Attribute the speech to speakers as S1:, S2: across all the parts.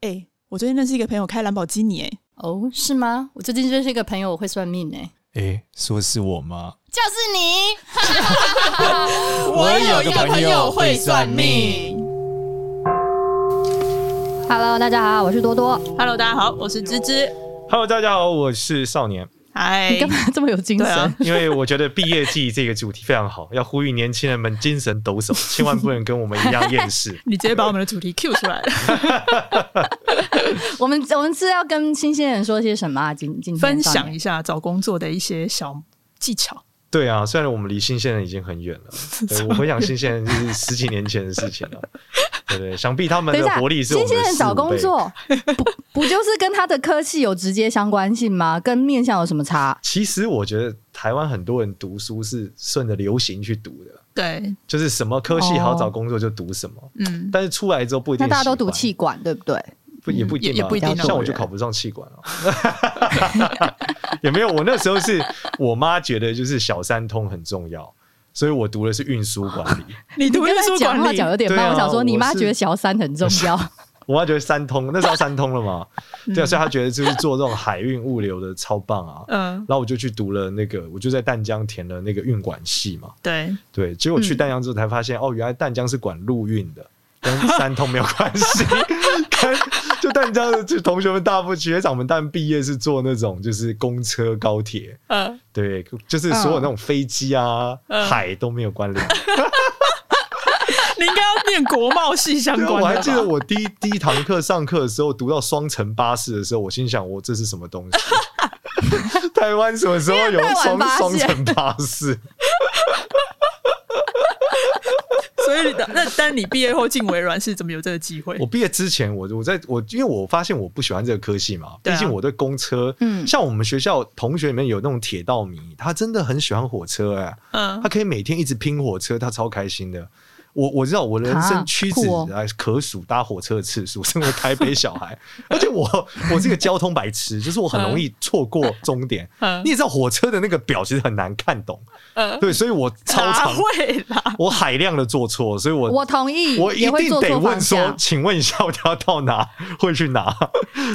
S1: 哎、我最近认识一个朋友开兰博基尼、哎，
S2: 哦，是吗？我最近认识一个朋友，我会算命哎、
S3: 诶，说是我吗？
S2: 就是你。
S3: 我有一个朋友会算命。
S2: Hello，大家好，我是多多。
S1: Hello，大家好，我是芝芝。
S4: Hello，大家好，我是 少年。
S1: 嗨，
S4: 哎
S2: 你干嘛这么有精神？
S1: 对啊。
S4: 因为我觉得毕业季这个主题非常好，要呼吁年轻人们精神抖擞，千万不能跟我们一样厌世
S1: 你直接把我们的主题 Q 出来了，
S2: 我们我们是要跟新鲜人说些什么啊？今今天
S1: 分
S2: 少
S1: 享
S2: 年
S1: 一下找工作的一些小技巧。
S4: 对啊，虽然我们离新鲜人已经 很远了，对我回想新鲜人就是十几年前的事情了。对对，想必他们
S2: 等一
S4: 的
S2: 下
S4: 活力，是我
S2: 新
S4: 们
S2: 鲜
S4: 的
S2: 人找工
S4: 4-5倍。
S2: 作 不不就是跟他的科系有直接相关性吗？跟面相有什么差？
S4: 其实我觉得台湾很多人读书是顺着流行去读的，
S1: 对，
S4: 就是什么科系好找工作就读什么，
S1: 嗯，
S4: 但是出来之后不一定
S2: 哦那
S4: 喜欢。
S2: 大家都读气管，对不对？
S4: 不也不一定、啊
S1: 也也不一定啊
S4: 像
S1: 我
S4: 我
S1: 觉
S4: 就
S1: 得
S4: 考不上气管了、 也没有。我那时候是我妈觉得就是小三通很重要，所以我读的是运输 管理。
S1: 你
S2: 你
S1: 读
S2: 跟
S1: 运
S2: 他
S1: 输
S2: 讲
S1: 管
S2: 话
S1: 理，
S2: 讲有点
S4: 对
S2: 慢，
S4: 啊
S2: 我想说你妈
S4: 我是
S2: 觉得小三很重要，
S4: 我妈觉得三通，那时候三通了嘛，
S1: 嗯
S4: 对啊，所以她觉得就是做这种海运物流的超棒啊。
S1: 嗯，
S4: 然后我就去读了那个，我就在淡江填了那个运管系嘛。
S1: 对，
S4: 对，结果去淡江之后才发现，哦，原来淡江是管陆运的，跟三通没有关系。跟就淡江的就同学们大部分学长们，当然毕业是坐那种就是公车、高铁，
S1: 嗯，
S4: 对，就是所有那种飞机啊、
S1: 嗯
S4: 海都没有关联。
S1: 你应该要念国贸系相
S4: 对啊
S1: 关的吧。
S4: 我还记得我第一第一堂课上课的时候，读到双层巴士的时候，我心想，我这是什么东西？台湾什么时候有
S2: 太晚
S4: 双
S2: 发现
S4: 双层巴士？
S1: 所以你的那但你毕业后进微软是怎么有这个机会
S4: 我？毕业之前，我我在我因为我发现我不喜欢这个科系嘛，
S1: 对啊
S4: 毕竟我对公车，
S2: 嗯
S4: 像我们学校同学里面有那种铁道迷，他真的很喜欢火车、哎，
S1: 嗯
S4: 他可以每天一直拼火车，他超开心的。我我知道我人生屈指
S1: 哦
S2: 啊酷
S4: 来可数搭火车的次数，身为台北小孩，而且我我是一个交通白痴，就是我很容易错过终点。
S1: 嗯
S4: 你也知道火车的那个表其实很难看懂，
S1: 嗯，
S4: 对，所以我超
S1: 哪
S4: 常
S1: 啊会啦，
S4: 我海量的做错，所以我
S2: 我同意，
S4: 我一
S2: 也会
S4: 定
S2: 做
S4: 得
S2: 错
S4: 问
S2: 方
S4: 说，
S2: 向。
S4: 请问一下，我要到哪会去哪？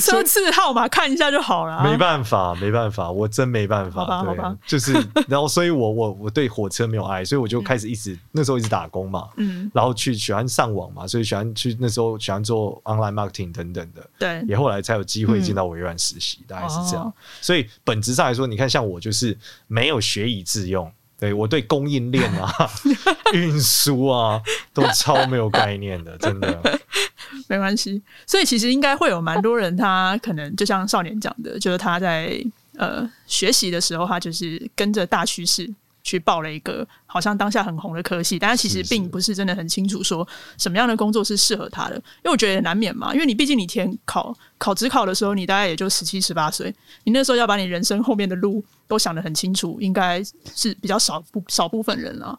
S1: 车次号码看一下就好了。啊
S4: 没办法，没办法，我真没办
S1: 好吧
S4: 法。
S1: 好
S4: 对
S1: 吧，
S4: 就是，然后，所以我我我对火车没有爱，所以我就开始一直那时候一直打工嘛，
S1: 嗯，
S4: 然后去喜欢上网嘛，所以喜欢去那时候喜欢做 online marketing 等等的，
S1: 对，
S4: 也后来才有机会进到微软实习，大概是这
S1: 嗯
S4: 样
S1: 哦。
S4: 所以本质上来说，你看像我就是没有学以致用。对我对供应链 啊、运输啊都超没有概念的，真的。
S1: 没关系。所以其实应该会有蛮多人，他可能就像少年讲的，就是他在呃学习的时候，他就是跟着大趋势去报了一个好像当下很红的科系，但他其实
S4: 是是
S1: 并不是真的很清楚说什么样的工作是适合他的。因为我觉得也难免嘛，因为你毕竟你填考考职考的时候，你大概也就十七十八岁，你那时候要把你人生后面的路都想得很清楚，应该是比较少部少部分人了。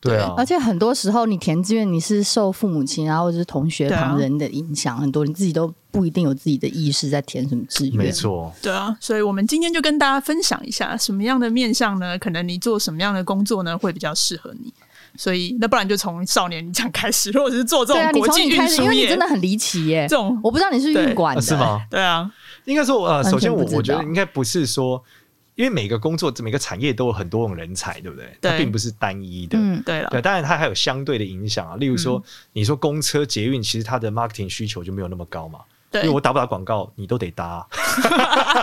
S4: 对啊，
S2: 而且很多时候，你填志愿你是受父母亲啊，或者是同学、
S1: 对啊
S2: 旁人的影响，很多你自己都不一定有自己的意识在填什么志愿。
S4: 没错，
S1: 对啊，所以我们今天就跟大家分享一下什么样的面向呢？可能你做什么样的工作呢，会比较适合你。所以，那不然就从少年你讲开始。如果是做这
S2: 对啊，
S1: 种
S2: 你
S1: 国
S2: 从
S1: 际
S2: 你
S1: 运
S2: 开始，因
S1: 输
S2: 为你
S1: 业，
S2: 真的很离奇耶、
S1: 这种
S2: 我不知道你是运管
S4: 啊
S2: 的、
S4: 是吗？
S1: 对啊，
S4: 应该说，呃，
S2: 完全
S4: 首先我
S2: 不知道
S4: 我觉得应该不是说，因为每个工作、每个产业都有很多种人才，对不对？
S1: 对
S4: 它并不是单一的。
S2: 嗯，
S1: 对了，
S4: 对，啊当然它还有相对的影响啊，例如说，你说公车、捷运，其实它的 marketing 需求就没有那么高嘛，因
S1: 对
S4: 为我打不打广告，你都得搭。但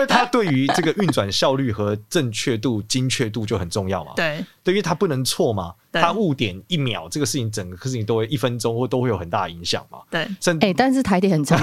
S4: 是它 对于这个运转效率和正确度、精确度就很重要嘛。
S1: 对
S4: 对，因为它不能错嘛，
S1: 对
S4: 它误点一秒，这个事情整个事情都会一分钟或都会有很大的影响嘛。
S1: 对
S4: 甚
S2: 哎、但是台铁很长，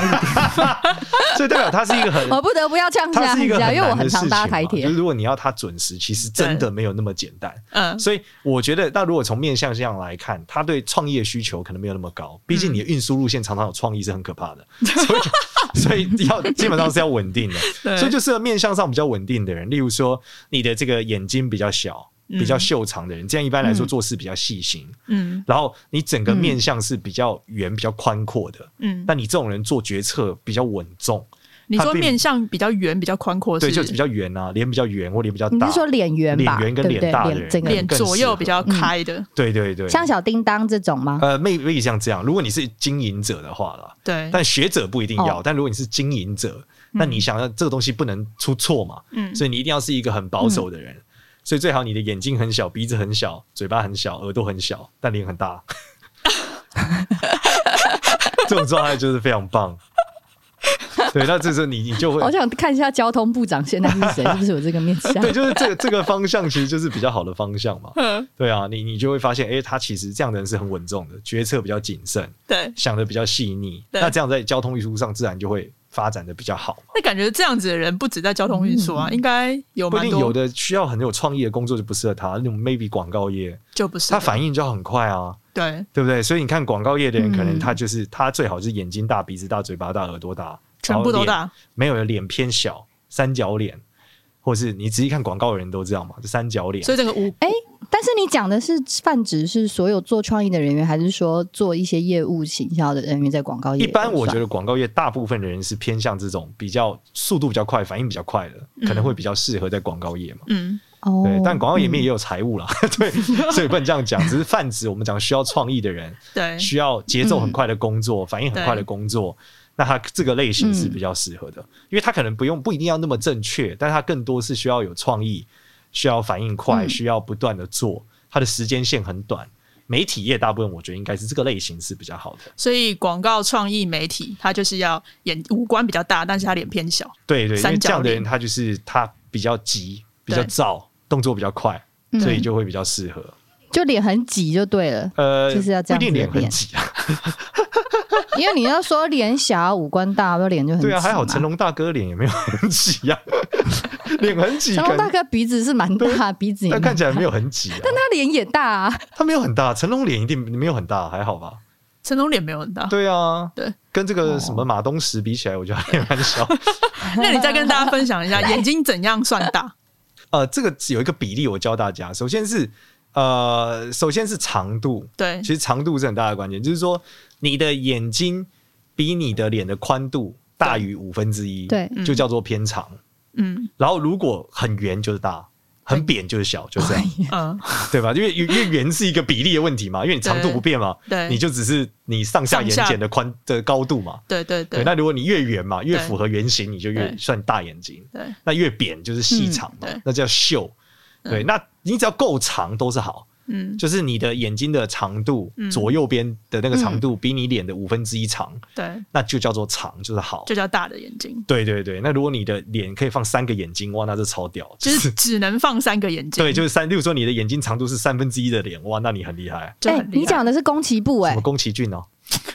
S4: 所以代表它是一个很
S2: 我不得不要呛一
S4: 它
S2: 下，
S4: 是一个
S2: 一下，
S4: 很难
S2: 因为我
S4: 的
S2: 很
S4: 事
S2: 常
S4: 情
S2: 搭
S4: 嘛
S2: 台铁
S4: 就是。如果你要它准时，其实真
S1: 对
S4: 的没有那么简单。
S1: 嗯，
S4: 所以我觉得，那如果从面向上来看，它对创业需求可能没有那么高，毕竟
S2: 嗯
S4: 你的运输路线常常有创意是很可 怕的，所以所以要基本上是要稳定
S1: 对
S4: 的，所以就是面向上比较稳定的人，例如说你的这个眼睛比较小、
S2: 嗯
S4: 比较秀长的人，这样一般来说做事比较细心，
S1: 嗯
S4: 然后你整个面向是比较圆、比较宽阔的，
S1: 嗯，
S4: 那你这种人做决策比较稳重，
S1: 你
S4: 它
S1: 说
S4: 并
S1: 面向比较圆、比较宽阔是，
S4: 对，就比较圆啊，脸比较圆或脸比较
S2: 你
S4: 大
S2: 是，说脸圆吧？
S4: 脸圆跟
S2: 对不对
S4: 脸大？的
S2: 脸
S4: 人
S2: 整个
S1: 脸
S4: 更
S1: 左
S4: 适
S1: 右
S4: 合
S1: 比较
S2: 嗯
S1: 开的，
S4: 对对对，
S2: 像小叮当这种吗？
S4: 呃，maybe 像这样，如果你是经营者的话啦，
S1: 对，
S4: 但学者不一定要，
S2: 嗯哦嗯
S4: 但如果你是经营者，那你想要这个东西不能出错嘛，
S1: 嗯
S4: 所以你一定要是一个很保守的人。
S2: 嗯
S4: 所以最好你的眼睛很小，鼻子很小，嘴巴很小，耳朵很小，但脸 很大。 这种状态就是非常棒。对，那这时候你你就会
S2: 好想看一下交通部长现在是谁，是不是有这个面相？
S4: 对，就是这个这个方向其实就是比较好的方向嘛。
S1: 嗯，
S4: 对啊，你你就会发现，诶，他其实这样的人是很稳重的，决策比较谨慎，
S1: 对。
S4: 想的比较细腻，
S1: 嗯对
S4: 那这样在交通运输上自然就会发展的比较好嘛。
S1: 那感觉这样子的人不止在交通运输啊，应该有
S4: 嗯不一
S1: 蛮
S4: 定有
S1: 多
S4: 的需要很有创意的工作就不适合他，那种 maybe 广告业，
S1: 就不是
S4: 他反应就很快啊，
S1: 对，
S4: 对不对？所以你看广告业的人，
S2: 嗯
S4: 可能他就是、他最好是眼睛大、鼻子大、嘴巴大、耳朵大，
S1: 全部都
S4: 然后脸，
S1: 大，
S4: 没有脸偏小，三角脸，或是你仔细看广告的人都这样嘛，就三角脸啊
S1: 所。以这个五
S2: 哎、但是你讲的是泛指是所有做创意的人员，还是说做一些业务行销的人员在广告业
S4: 一
S2: 也都算？
S4: 般我觉得广告业大部分的人是偏向这种比较速度比较快、反应比较快的，可能会比较适合在广告业嘛。
S1: 嗯，
S2: 嗯哦，
S4: 对，但广告里面
S2: 嗯
S4: 也有财务啦， 对，所以不能这 样讲，只是泛指我们讲需要创意的人，
S1: 对，
S4: 需要节奏很快的工
S2: 嗯
S4: 作，反应很快的工作，那他这个类型是比较适合的，
S2: 嗯
S4: 因为他可能不用不一定要那么正确，但他更多是需要有创意，需要反应
S2: 嗯
S4: 快，需要不断的做，他的时间线很短。媒体业大部分我觉得应该是这个类型是比较好的，
S1: 所以广告创意媒体，它就是要眼五官比较大，但是它脸偏小。
S4: 对对，因为
S1: 三角
S4: 这样的人
S1: 脸
S4: 他就是他比较急，比较
S1: 对
S4: 躁，动作比较快，
S2: 嗯
S4: 所以就会比较适合。
S2: 就脸很挤就对 了，
S4: 呃，
S2: 就是要这样
S4: 不一
S2: 子
S4: 定
S2: 的
S4: 脸很
S2: 脸
S4: 挤啊，
S2: 因为你要说脸小五官大，那脸就很
S4: 对啊，还好
S2: 挤嘛
S4: 成龙大哥脸也没有很挤 呀、脸很挤，
S2: 成龙大
S4: 感觉
S2: 哥鼻子是蛮大，鼻子也
S4: 啊
S2: 蛮
S4: 但 看起来
S2: 大
S4: 没有很挤啊，
S2: 但他脸也大啊，
S4: 他没有很大，成龙脸一定没有很大，还好 吧？
S1: 陈龙脸没有很大，
S4: 对啊，
S1: 对，
S4: 跟这个
S2: 哦
S4: 什么马东石比起来，我觉得还蛮 小。
S1: 那你再跟大家分享一 下，眼睛怎样算大？
S4: 呃，这个有一个比例，我教大家，首先是呃，首先是长度，
S1: 对
S4: 其，实长度是很大的关键，就是说你的眼睛比你的脸的宽度大于五分之一，
S2: 对
S4: 就叫做偏长。
S1: 嗯
S4: 然后如果很圆就是大，很扁就是小，就这样，
S1: 嗯，
S4: 对吧？因为因为圆是一个比例的问题嘛，因为你长度不变嘛，
S1: 对
S4: 你就只是你上下眼
S1: 上下
S4: 睑的宽的高度嘛。
S1: 对对
S4: 对，
S1: 对
S4: 那如果你越圆嘛，越
S1: 对
S4: 符合圆形，你就越
S1: 对
S4: 算大眼睛；
S1: 对，
S4: 那越扁就是细长嘛
S1: 嗯对，
S4: 那叫秀。对，那你只要够长都是好，
S1: 嗯
S4: 就是你的眼睛的长度
S1: 嗯
S4: 左右边的那个长度比你脸的五分之一长，
S1: 对，
S4: 那就叫做长，就是好
S1: 就。叫大的眼睛，
S4: 对对对，那如果你的脸可以放三个眼睛，哇，那就超屌！
S1: 就是只能放三个眼睛，
S4: 对，就是三，例如说你的眼睛长度是三分之一的脸，哇，那你很厉害。
S1: 就很厉害
S2: 哎你讲的是宫崎步哎、
S4: 什么宫崎骏 哦，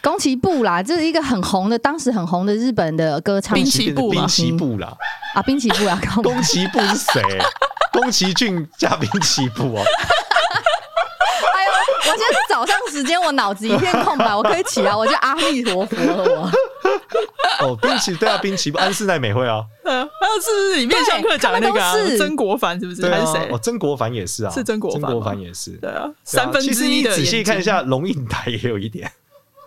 S2: 宫崎步啦，这是一个很红的，当时很红的日本的歌唱
S1: 滨
S2: 师
S1: 崎步嘛
S4: 滨崎 步啦，
S2: 啊，滨崎步 啊，干嘛
S4: 宫崎步是谁？宫崎骏加滨崎步哦，
S2: 哎呦，我现在是早上时间，我脑子一片空白，我可以起来，我就阿弥陀佛了我。
S4: 哦，滨崎对啊，滨崎步安室奈美惠啊，
S1: 嗯，还有是不是你面向课讲的那个啊
S2: 对他们都是
S1: 曾国藩是不 是？
S4: 对
S1: 还
S4: 啊
S1: 是，谁
S4: 哦，？曾国藩也是啊，
S1: 是曾国藩吗
S4: 曾国藩也是，
S1: 对
S4: 对啊
S1: 啊，三分
S4: 其
S1: 之
S4: 实
S1: 一
S4: 你
S1: 的
S4: 仔细
S1: 眼睛
S4: 看一，下，龙应台也有一点，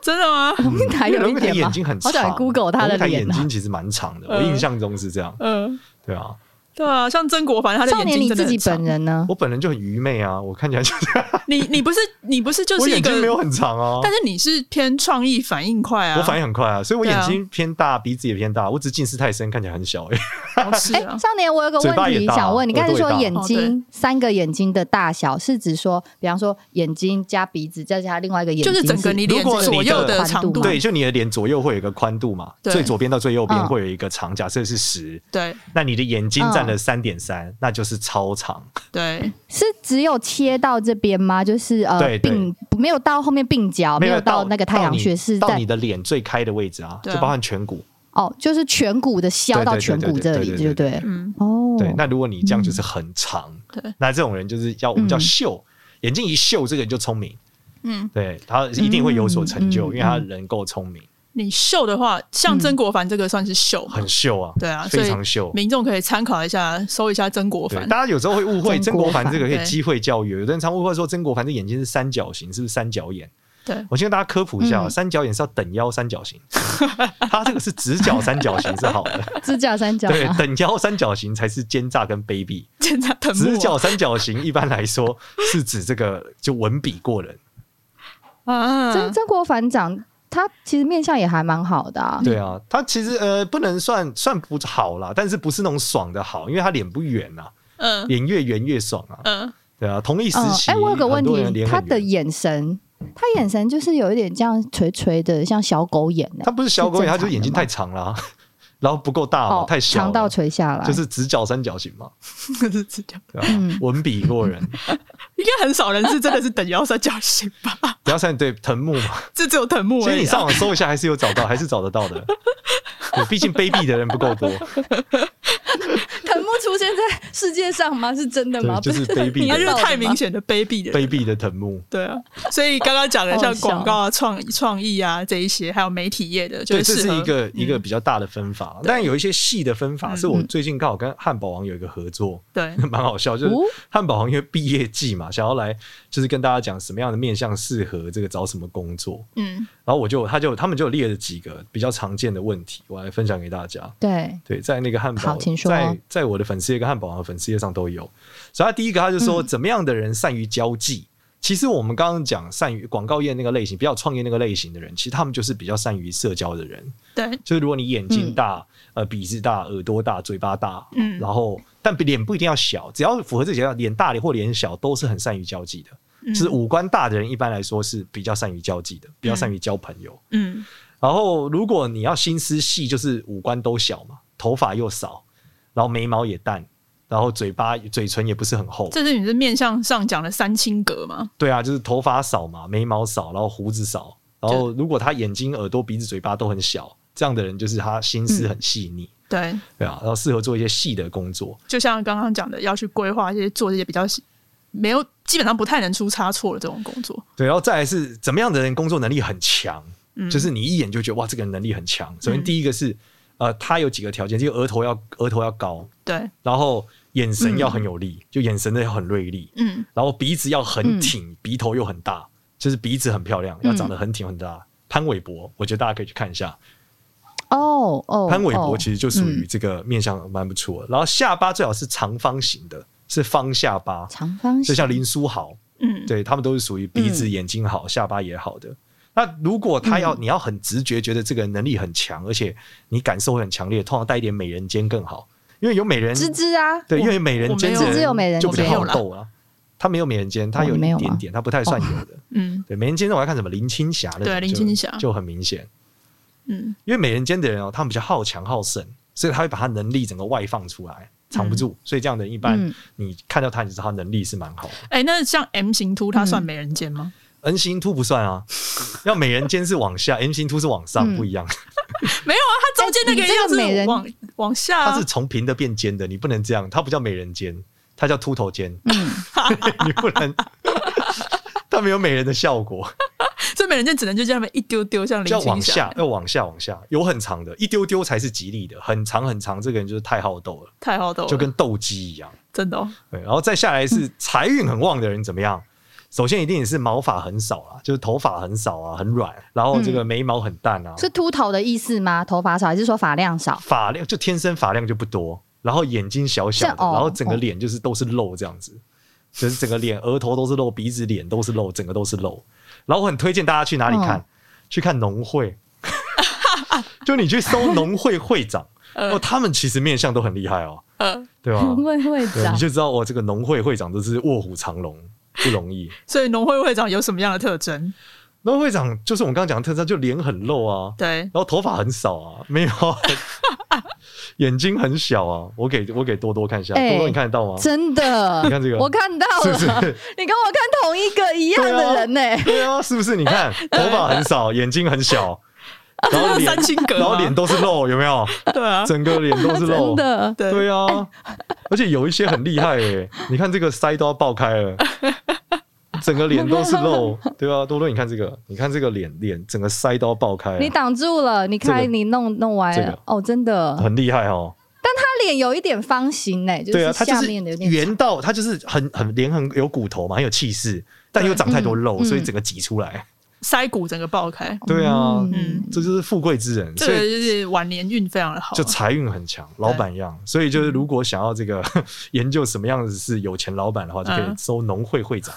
S1: 真的吗？
S2: 龙应 台嗯有
S4: 龙
S2: 一
S4: 应台
S2: 点吧
S4: 眼睛很
S2: 好想
S4: 长
S2: Google 他的
S4: 龙应台
S2: 脸
S4: 眼
S2: 啊
S4: 睛。其实蛮长的，
S1: 嗯
S4: 我印象中是这样，
S1: 嗯，
S4: 对啊，
S1: 对啊，像曾国藩他的
S2: 少
S1: 眼
S2: 年，
S1: 睛
S2: 你
S1: 真的
S2: 自己
S1: 很长
S2: 本，人呢？
S4: 我本人就很愚昧啊，我看起来就是，
S1: 你你不是你不是就
S4: 我
S1: 是一
S4: 眼睛没有
S1: 个，
S4: 很长啊，
S1: 但是你是偏创意反应快啊，
S4: 我反应很快啊，所以我
S1: 对啊
S4: 眼睛偏大，鼻子也偏大，我只是近视太深，看起来很小而已。
S1: 哦是
S2: 哎，
S1: 啊，
S2: 少年，我有个
S4: 嘴巴
S2: 问
S4: 也
S2: 题
S4: 大
S2: 想问你，刚才
S4: 耳朵
S2: 说
S4: 也大
S2: 眼
S1: 哦
S2: 睛三个眼睛的大小是指说，比方说眼睛加鼻子再加另外一个眼
S1: 就
S2: 睛，
S1: 是整个你
S4: 如
S1: 脸
S4: 果你
S1: 左右
S4: 的
S1: 的长
S2: 宽
S1: 度，
S2: 度
S4: 对，就你的脸左右会有一个宽度嘛，
S1: 对
S4: 最左边到最右边
S2: 嗯
S4: 会有一个长，假设是十，
S1: 对
S4: 那你的眼睛占了
S2: 嗯
S4: 三点三，那就是超长。
S1: 对
S2: 是只有切到这边吗？就是
S4: 对
S2: 呃，
S4: 对
S2: 鬓没有到后面鬓角，哦没有
S4: 到
S2: 到那个太阳
S4: 到你
S2: 穴，是
S4: 到
S2: 在
S4: 你的脸最开的位置啊，就
S1: 对啊
S4: 包含颧骨。
S2: 哦，就是颧骨的削到
S4: 对对对
S2: 颧骨这
S4: 对
S2: 里，
S4: 对
S2: 对不
S4: 对
S2: 对？
S1: 嗯
S2: 哦，
S4: 对，那如果你这样就是很长，
S1: 对
S4: 那这种人就是要我们叫
S2: 嗯
S4: 秀，眼睛一秀，这个人就聪明，
S1: 嗯，
S4: 对他一定会有所成就，
S2: 嗯
S4: 因为他人够聪明，
S1: 你秀的话，像曾国藩这个算是秀嘛，
S4: 很秀啊，
S1: 嗯对啊，所
S4: 非
S1: 以
S4: 常秀。
S1: 民众可以参考一下，搜一下曾国
S4: 对，
S1: 藩。
S4: 大家有时候会误会
S2: 曾
S4: 曾国
S2: 国
S4: 藩
S2: 藩
S4: 这个可以
S1: 对
S4: 机会教育，有的人常误会说曾国藩这眼睛是三角形，是不是三角眼？
S1: 对，
S4: 我先跟大家科普一下哦，
S2: 嗯
S4: 三角眼是要等腰三角形， 它这个是直角三角形是好 的，
S2: 指甲三角啊
S4: 对，
S1: 啊
S2: 吗？
S4: 等腰三角形才是奸诈跟卑鄙。
S1: 现在藤
S4: 直
S1: 木啊
S4: 角三角形一般来说是指这个就文笔过人，
S1: 啊，
S2: 曾曾国藩长他其实面相也还蛮好的 啊，
S4: 对啊，他其实呃不能算算不好啦，但是不是那种爽的好，因为他脸不圆呐、
S1: 嗯
S4: 脸越圆越爽啊，
S1: 嗯，
S4: 对啊，同一时
S2: 嗯，
S4: 期，
S2: 我有个问
S4: 很多人
S2: 题，
S4: 脸
S2: 他
S4: 很
S2: 的
S4: 圆
S2: 眼神，他眼神就是有一点这样垂垂的，像小狗眼欸
S4: 他不是小狗眼，他
S2: 正
S4: 就
S2: 常
S4: 眼睛
S2: 的吗
S4: 太长了啊、 然后不够大嘛，
S2: 哦
S4: 太小
S2: 长到
S4: 了，
S2: 垂下来，
S4: 就是直角三角形嘛，
S1: 是直角，
S4: 对吧、
S2: 嗯
S4: 文笔 过人，
S1: 应该很少人是真的是等腰三角形吧？
S4: 不要算对藤木嘛，
S1: 这只有藤木
S4: 其
S1: 而
S4: 实
S1: 已
S4: 你
S1: 啊、
S4: 上网搜一下，还是有找到，还是找得到的。 对毕竟卑鄙的人不够多，
S2: 藤木出现在世界上吗？是真的吗？
S4: 对就是
S2: 不
S4: 卑鄙
S1: 你
S4: 的
S1: 看，
S4: 人
S1: 就是太明
S2: 显。
S1: 显的卑鄙的人
S4: 卑鄙的藤木，
S1: 对啊，所以刚刚讲的
S2: 好
S1: 像
S2: 好笑
S1: 广告啊、创创意啊这一些，还有媒体业的，就
S4: 对，
S1: 是嗯适
S4: 这是
S1: 合
S4: 一
S2: 嗯
S4: 个一个比较大的分法。但有一些细的分法，是我最近刚好跟汉堡王有一个合作，
S1: 对
S4: 蛮好笑。就是
S2: 哦
S4: 汉堡王因为毕业季嘛，想要来就是跟大家讲什么样的面向适合这个找什么工作。
S1: 嗯
S4: 然后我就他就他们就列了几个比较常见的问题，我来分享给大家。
S2: 对，
S4: 对，在那个汉堡
S2: 好，请说
S4: 在在我的粉丝页跟汉堡王的粉丝页上都有。所以他第一个他就
S2: 嗯
S4: 说，怎么样的人善于交际？其实我们刚刚讲善于广告业那个类型，比较创业那个类型的人，其实他们就是比较善于社交的人。
S1: 对
S4: 就是如果你眼睛大、呃鼻子大、耳朵大、嘴巴大，
S1: 嗯
S4: 然后但脸不一定要小，只要符合这几样，脸大或脸小都是很善于交际的。
S1: 嗯
S4: 就是五官大的人，一般来说是比较善于交际的，比较善于交朋友。
S1: 嗯
S4: 然后如果你要心思细，就是五官都小嘛，头发又少，然后眉毛也淡，然后嘴巴嘴唇也不是很厚。
S1: 这是你是面向上讲的三清格嘛？
S4: 对啊，就是头发少嘛，眉毛少，然后胡子少，然后如果他眼睛、耳朵、鼻子、嘴巴都很小，这样的人就是他心
S1: 嗯
S4: 思很细腻，
S1: 对，
S4: 对啊，然后适合做一些细的工作。
S1: 就像刚刚讲的，要去规划一些做这些比较没有基本上不太能出差错的这种工作。
S4: 对，然后再来是怎么样的人工作能力很强，
S1: 嗯
S4: 就是你一眼就觉得哇，这个人能力很强。首先
S1: 嗯
S4: 第一个是，呃，他有几个条件，就额头要额头要高，
S1: 对，
S4: 然后眼神要
S2: 嗯
S4: 很有力，就眼神的要很锐利，
S1: 嗯
S4: 然后鼻子要很
S2: 嗯
S4: 挺，鼻头又很大，就是鼻子很漂亮，要长得很挺很大。潘玮柏，我觉得大家可以去看一下，
S2: 哦哦，
S4: 潘玮柏
S2: 哦
S4: 其实就属于这个面相蛮不错的。然后下巴最好是长方形的，是方下巴，
S2: 长方
S4: 就
S2: 形，
S4: 像林书豪，
S1: 嗯，
S4: 对他们都是属于鼻子、
S2: 嗯
S4: 眼睛好、下巴也好的。那如果他要你要很直觉，觉得这个人能力很强，而且你感受会很强烈，通常带一点美人尖更好，因为有美人
S2: 芝芝啊，
S4: 对，
S1: 我
S4: 因为美人尖的
S1: 我没有芝
S2: 芝有美人
S4: 就比较
S1: 尖
S4: 好斗啊。他没有美人尖，他
S2: 哦
S4: 有一
S2: 你没有
S4: 点
S2: 吗哦
S4: 点，他不太算有的。
S1: 嗯
S4: 对，美人尖的我要看什么林青霞的，
S1: 对
S2: 啊
S1: 林青霞
S4: 就很明显，
S1: 嗯
S4: 因为美人尖的人哦，他们比较好强好胜，所以他会把他能力整个外放出来，藏不住。所以这样的人一般
S2: 嗯
S4: 你看到他，你知道他能力是蛮好的。
S1: 哎、那像 M 型秃，它算美人尖吗？
S2: 嗯
S4: N 型凸不算啊，要美人尖是往下，M 型凸是往上，
S2: 嗯
S4: 不一样。
S1: 没有啊，它中间那
S2: 哎你这个
S1: 样子
S2: 美人
S1: 往往下、啊，
S4: 它是从平的变尖的，你不能这样，它不叫美人尖，它叫秃头尖，
S2: 嗯
S4: 你不能， 它没有美人的效果。
S1: 所以美人尖只能就这样一丢丢，像
S4: 就
S1: 林
S4: 要往
S1: 青霞
S4: 下，，要往下，往下，有很长的，一丢丢才是吉利的，很长很长，这个人就是太好斗了，
S1: 太好斗了，
S4: 就跟斗鸡一样。
S1: 真的、哦、
S4: 对，然后再下来是财运很旺的人怎么样？首先一定也是毛发很少啦，就是头发很少啊，很软，然后这个眉毛很淡啊，
S2: 是秃头的意思吗？头发少还是说发量少？
S4: 发量就天生发量就不多，然后眼睛小小的，
S2: 这哦
S4: 然后整个脸就是都是肉这样子，就是整个脸额头都是肉，鼻子脸都是肉，整个都是肉。然后我很推荐大家去哪里看？
S2: 嗯
S4: 去看农会， 就你去搜农会会长，
S1: 呃
S4: 哦，他们其实面相都很厉害 哦，
S1: 呃，
S4: 对吧？
S2: 嗯会会
S4: 对，
S2: 长
S4: 你就知道哦，这个农会会长都是卧虎藏龙，不容易。
S1: 所以农会会长有什么样的特征？
S4: 农会会长就是我们刚刚讲的特征，就脸很肉啊，
S1: 对，
S4: 然后头发很少啊，没有啊， 眼睛很小啊。我给我给多多看一下，
S2: 哎
S4: 多多你看得到吗？
S2: 真的，
S4: 你看这个
S2: 我看到
S4: 是
S2: 了，
S4: 不是
S2: 你跟我看同一个一样的人呢、
S4: 对啊，是不是？你 看头发很少，眼睛很小，然后
S1: 这是
S4: 脸
S1: 三清格吗
S4: 然后脸都是肉，有没 有？
S1: 对啊，
S4: 整个脸都是肉
S2: 真，的，
S1: 对
S4: 对啊。而且有一些很厉害哎、你看这个腮都要爆开了。整个脸都是 肉，对啊，多多，你看这个，你看这个脸，脸整个腮都要爆开了，啊
S2: 你挡住了，你开、
S4: 这个
S2: 你弄弄歪了、
S4: 这个
S2: 哦，真的，
S4: 很厉害哦。
S2: 他脸有一点方形呢、就
S4: 对啊，
S2: 是
S4: 他就
S2: 下
S4: 是
S2: 面的有点
S4: 圆到，他就是很很脸很有骨头嘛，很有气势，但又长太多肉，
S2: 嗯
S4: 所以整个挤出来。
S1: 腮骨整个爆开，
S4: 对啊，
S1: 嗯
S4: 这就是富贵之人，
S1: 这
S4: 所
S1: 个
S4: 以
S1: 就是晚年运非常的好
S4: 就。财运很强，老板样。所以就是
S2: 嗯
S4: 如果想要这个 研究什么样子是有钱老板的话，就可以
S1: 嗯
S4: 搜农会会长。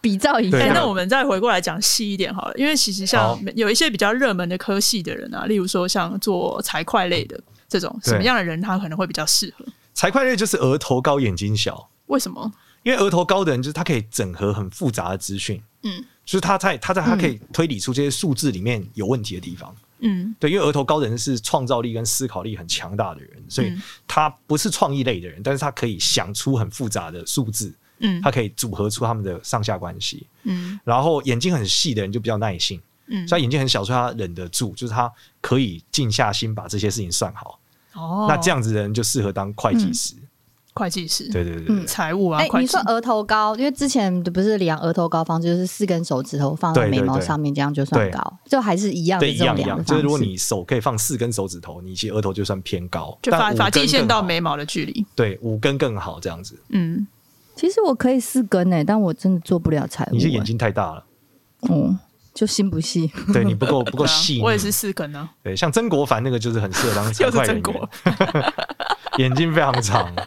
S2: 比照一
S1: 哎
S4: 对啊
S2: 下
S1: 那我们再回过来讲细一点好了，因为其实像
S4: 好
S1: 有一些比较热门的科系的人啊，例如说像做财会类的这种，
S4: 对
S1: 什么样的人他可能会比较适合？
S4: 财会类就是额头高眼睛小，
S1: 为什么？
S4: 因为额头高的人就是他可以整合很复杂的资讯，
S1: 嗯
S4: 就是他在他在他可以
S2: 嗯
S4: 推理出这些数字里面有问题的地方。
S1: 嗯
S4: 对，因为额头高的人是创造力跟思考力很强大的人，所以
S1: 嗯
S4: 他不是创意类的人，但是他可以想出很复杂的数字，
S1: 嗯
S4: 他可以组合出他们的上下关系。
S1: 嗯
S4: 然后眼睛很细的人就比较耐性，
S1: 嗯
S4: 所以他眼睛很小，所以他忍得住，就是他可以静下心把这些事情算好。
S1: 哦嗯
S4: 那这样子的人就适合当会计师。
S1: 会计师、
S4: 对对对对
S1: 财务啊，
S2: 哎、
S1: 会
S2: 你
S1: 计
S2: 说额头高，因为之前不是量额头高方式，就是四根手指头放在
S4: 对对
S2: 眉毛
S4: 对
S2: 上面，这样就算
S4: 对
S2: 高，就还是
S1: 嗯
S2: 一样的
S4: 对，一
S2: 这种
S4: 样一
S2: 量的
S4: 样，
S2: 方
S4: 就是如果
S2: 式
S4: 你手可以放四根手指头，你其实额头就算偏高，
S1: 就
S4: 但
S1: 发
S4: 五
S1: 发际
S4: 根
S1: 线
S4: 更
S1: 到
S4: 好
S1: 眉毛的距离，
S4: 对五根更好这样子。
S1: 嗯，
S2: 其实我可以四根诶、但我真的做不了财务、
S4: 你是眼
S2: 欸
S4: 睛太大了，
S2: 嗯，就心不细。
S4: 对你 不够不够
S1: 对啊
S4: 细腻。
S1: 我也是四根啊，
S4: 对，像曾国藩那个就是很适合当财
S1: 又
S4: 会
S1: 是
S4: 人
S1: 曾国
S4: 员，， 眼睛非常长。对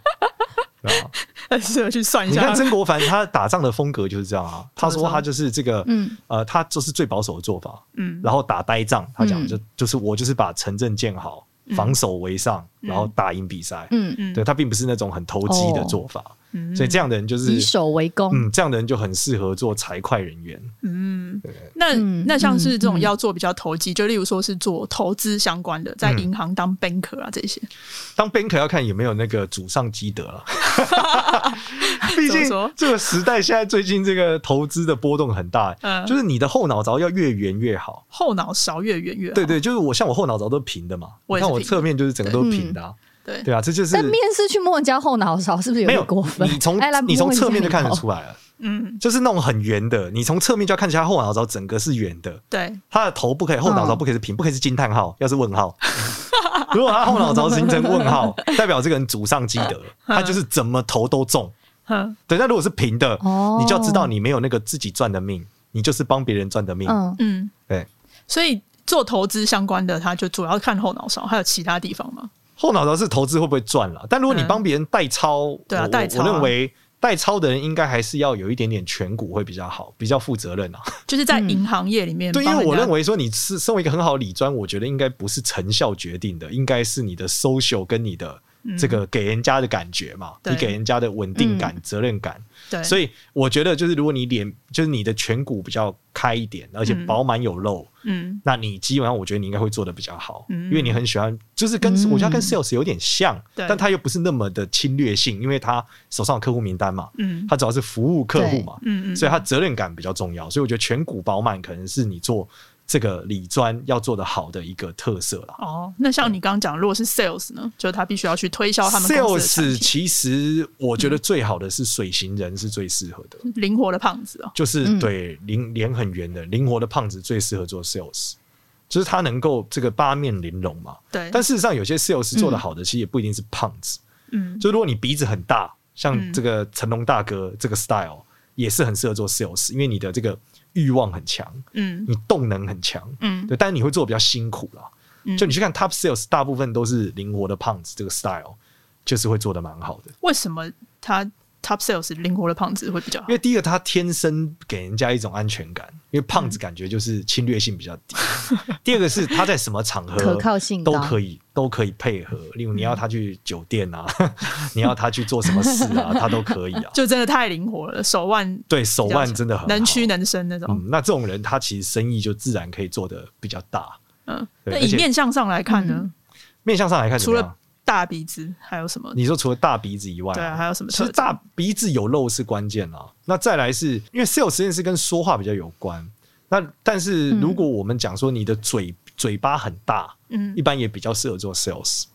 S4: 啊
S1: 很适合去算一
S4: 你
S1: 下
S4: 看。曾国藩他打仗的风格就是这样啊，他
S1: 怎么
S4: 说
S1: 说
S4: 他就是这个，
S2: 嗯
S4: 呃，他就是最保守的做法，
S1: 嗯
S4: 然后打呆仗，他讲
S2: 嗯
S4: 就就是我就是把城镇建好，防守为上，然后打赢比赛。
S2: 嗯，
S1: 嗯
S4: 对他并不是那种很投机的
S2: 哦
S4: 做法，
S1: 嗯
S4: 所以这样的人就 是
S2: 以守为攻。
S4: 嗯，这样的人就很适合做财会人员。
S1: 嗯
S4: 对，
S1: 那
S2: 嗯
S1: 那像是这种
S2: 嗯
S1: 要做比较投机，就例如说是做投资相关的，在
S4: 嗯
S1: 银行当 banker 啊这些，
S4: 当 banker 要看有没有那个祖上积德 了，毕
S1: 怎么
S4: 竟
S1: 说
S4: 这个时代现在最近这个投资的波动很大，
S1: 嗯
S4: 就是你的后脑勺要越圆越好。
S1: 后脑勺越远越好。
S4: 对对，就是我像我后脑勺都平的嘛，
S1: 啊我也
S4: 你
S1: 是
S4: 看我
S1: 平的
S4: 侧面就是整个都是平的、啊，
S1: 对
S4: 对啊，这就是
S2: 嗯但面试去摸人家后脑勺，是不是有
S4: 没
S2: 点
S4: 有
S2: 过分？
S4: 你从
S2: 哎来
S4: 你从侧面就看得。
S2: 摸一下你头
S4: 出来了，
S1: 嗯，
S4: 就是那种很圆的，你从侧面就要看起来后脑勺整个是圆的，
S1: 对，
S4: 他的头不可以，后脑勺不可以是平，不可以是惊叹 号，要是问号。如果他后脑勺形成 问号，代表这个人祖上积德，他就是怎么投都中。
S1: 嗯
S4: 对，那如果是平的，
S2: 哦
S4: 你就要知道你没有那个自己赚的命，你就是帮别人赚的命。
S2: 嗯，
S1: 嗯，
S4: 对，
S1: 所以做投资相关的，他就主要看后脑勺，还有其他地方嘛。
S4: 后脑勺是投资会不会赚了？但如果你
S1: 嗯
S4: 帮别人代操，
S1: 对啊
S4: 我
S1: 代操啊
S4: 我认为代操的人应该还是要有一点点颧骨会比较好，比较负责任啊。
S1: 就是在银行业里面帮
S4: 对，
S1: 人
S4: 因
S1: 家，
S4: 为我认为说你是身为一个很好的理专，我觉得应该不是成效决定的，应该是你的 social 跟你的这个给人家的感觉嘛，
S1: 嗯对嗯
S4: 你给人家的稳定感、责任感。
S1: 对，
S4: 所
S1: 以
S4: 以我觉得就是如果你脸就是你的颧骨比较开一点，而且
S1: 嗯
S4: 饱满有肉。
S1: 嗯
S4: 那你基本上，我觉得你应该会做的比较好，
S1: 嗯
S4: 因为你很喜欢，就是跟、
S2: 嗯
S4: 我觉得它跟 sales 有点像，
S1: 对
S4: 但他又不是那么的侵略性，因为他手上有客户名单嘛，
S1: 嗯
S4: 他主要是服务客户嘛，
S1: 嗯嗯，
S4: 所以他责任感比较重要。所以我觉得颧骨饱满可能是你做这个理专要做的好的一个特色啦。
S1: 哦，那像你刚刚讲，如果是 sales 呢，就是他必须要去推销他们公司的
S4: sales
S1: 产品嗯
S4: 其实我觉得最好的是水型人是最适合的，
S1: 灵活的胖子哦，
S4: 就是
S2: 嗯
S4: 对灵脸很圆的灵活的胖子最适合做 sales，就是他能够这个八面玲珑嘛。
S1: 对，
S4: 但事实上，有些 sales 做的好的，其实也不一定是胖子。
S1: 嗯
S4: 就如果你鼻子很大，像
S1: 嗯
S4: 这个成龙大哥这个 style，也是很适合做 sales，因为你的这个欲望很强，
S1: 嗯
S4: 你动能很强，
S1: 嗯
S4: 对，但是你会做的比较辛苦啦。
S1: 嗯
S4: 就你去看 Top Sales，大部分都是灵活的胖子，这个 style 就是会做的蛮好的。
S1: 为什么他 top sales 灵活的胖子会比较好
S4: 因？为第一个，他天生给人家一种安全感，因为胖子感觉就是侵略性比较低。
S1: 嗯
S4: 第二个是他在什么场合
S2: 可靠性高
S4: 都可以都可以配合，例如你要他去酒 店啊，你要他去做什么事啊，他都可以啊。
S1: 就真的太灵活了，手腕
S4: 对手腕真的很好
S1: 能屈能伸那哦种
S4: 嗯。，那这种人他其实生意就自然可以做得比较大。
S1: 嗯，
S4: 对
S1: 那
S4: 而
S1: 以
S4: 且
S1: 面相上来看呢，
S4: 面向上来看怎
S1: 除
S4: 么样
S1: 了？大鼻子还有什么？
S4: 你说除了大鼻子以外、
S1: 对啊，还有什么
S4: 其
S1: 特
S4: 实
S1: 征？
S4: 大鼻子有肉是关键啦。那再来是因为 sales 这件事跟说话比较有关。那但是
S2: 嗯
S4: 如果我们讲说你的嘴、嘴巴很大，
S1: 嗯
S4: 一般也比较适合做 sales。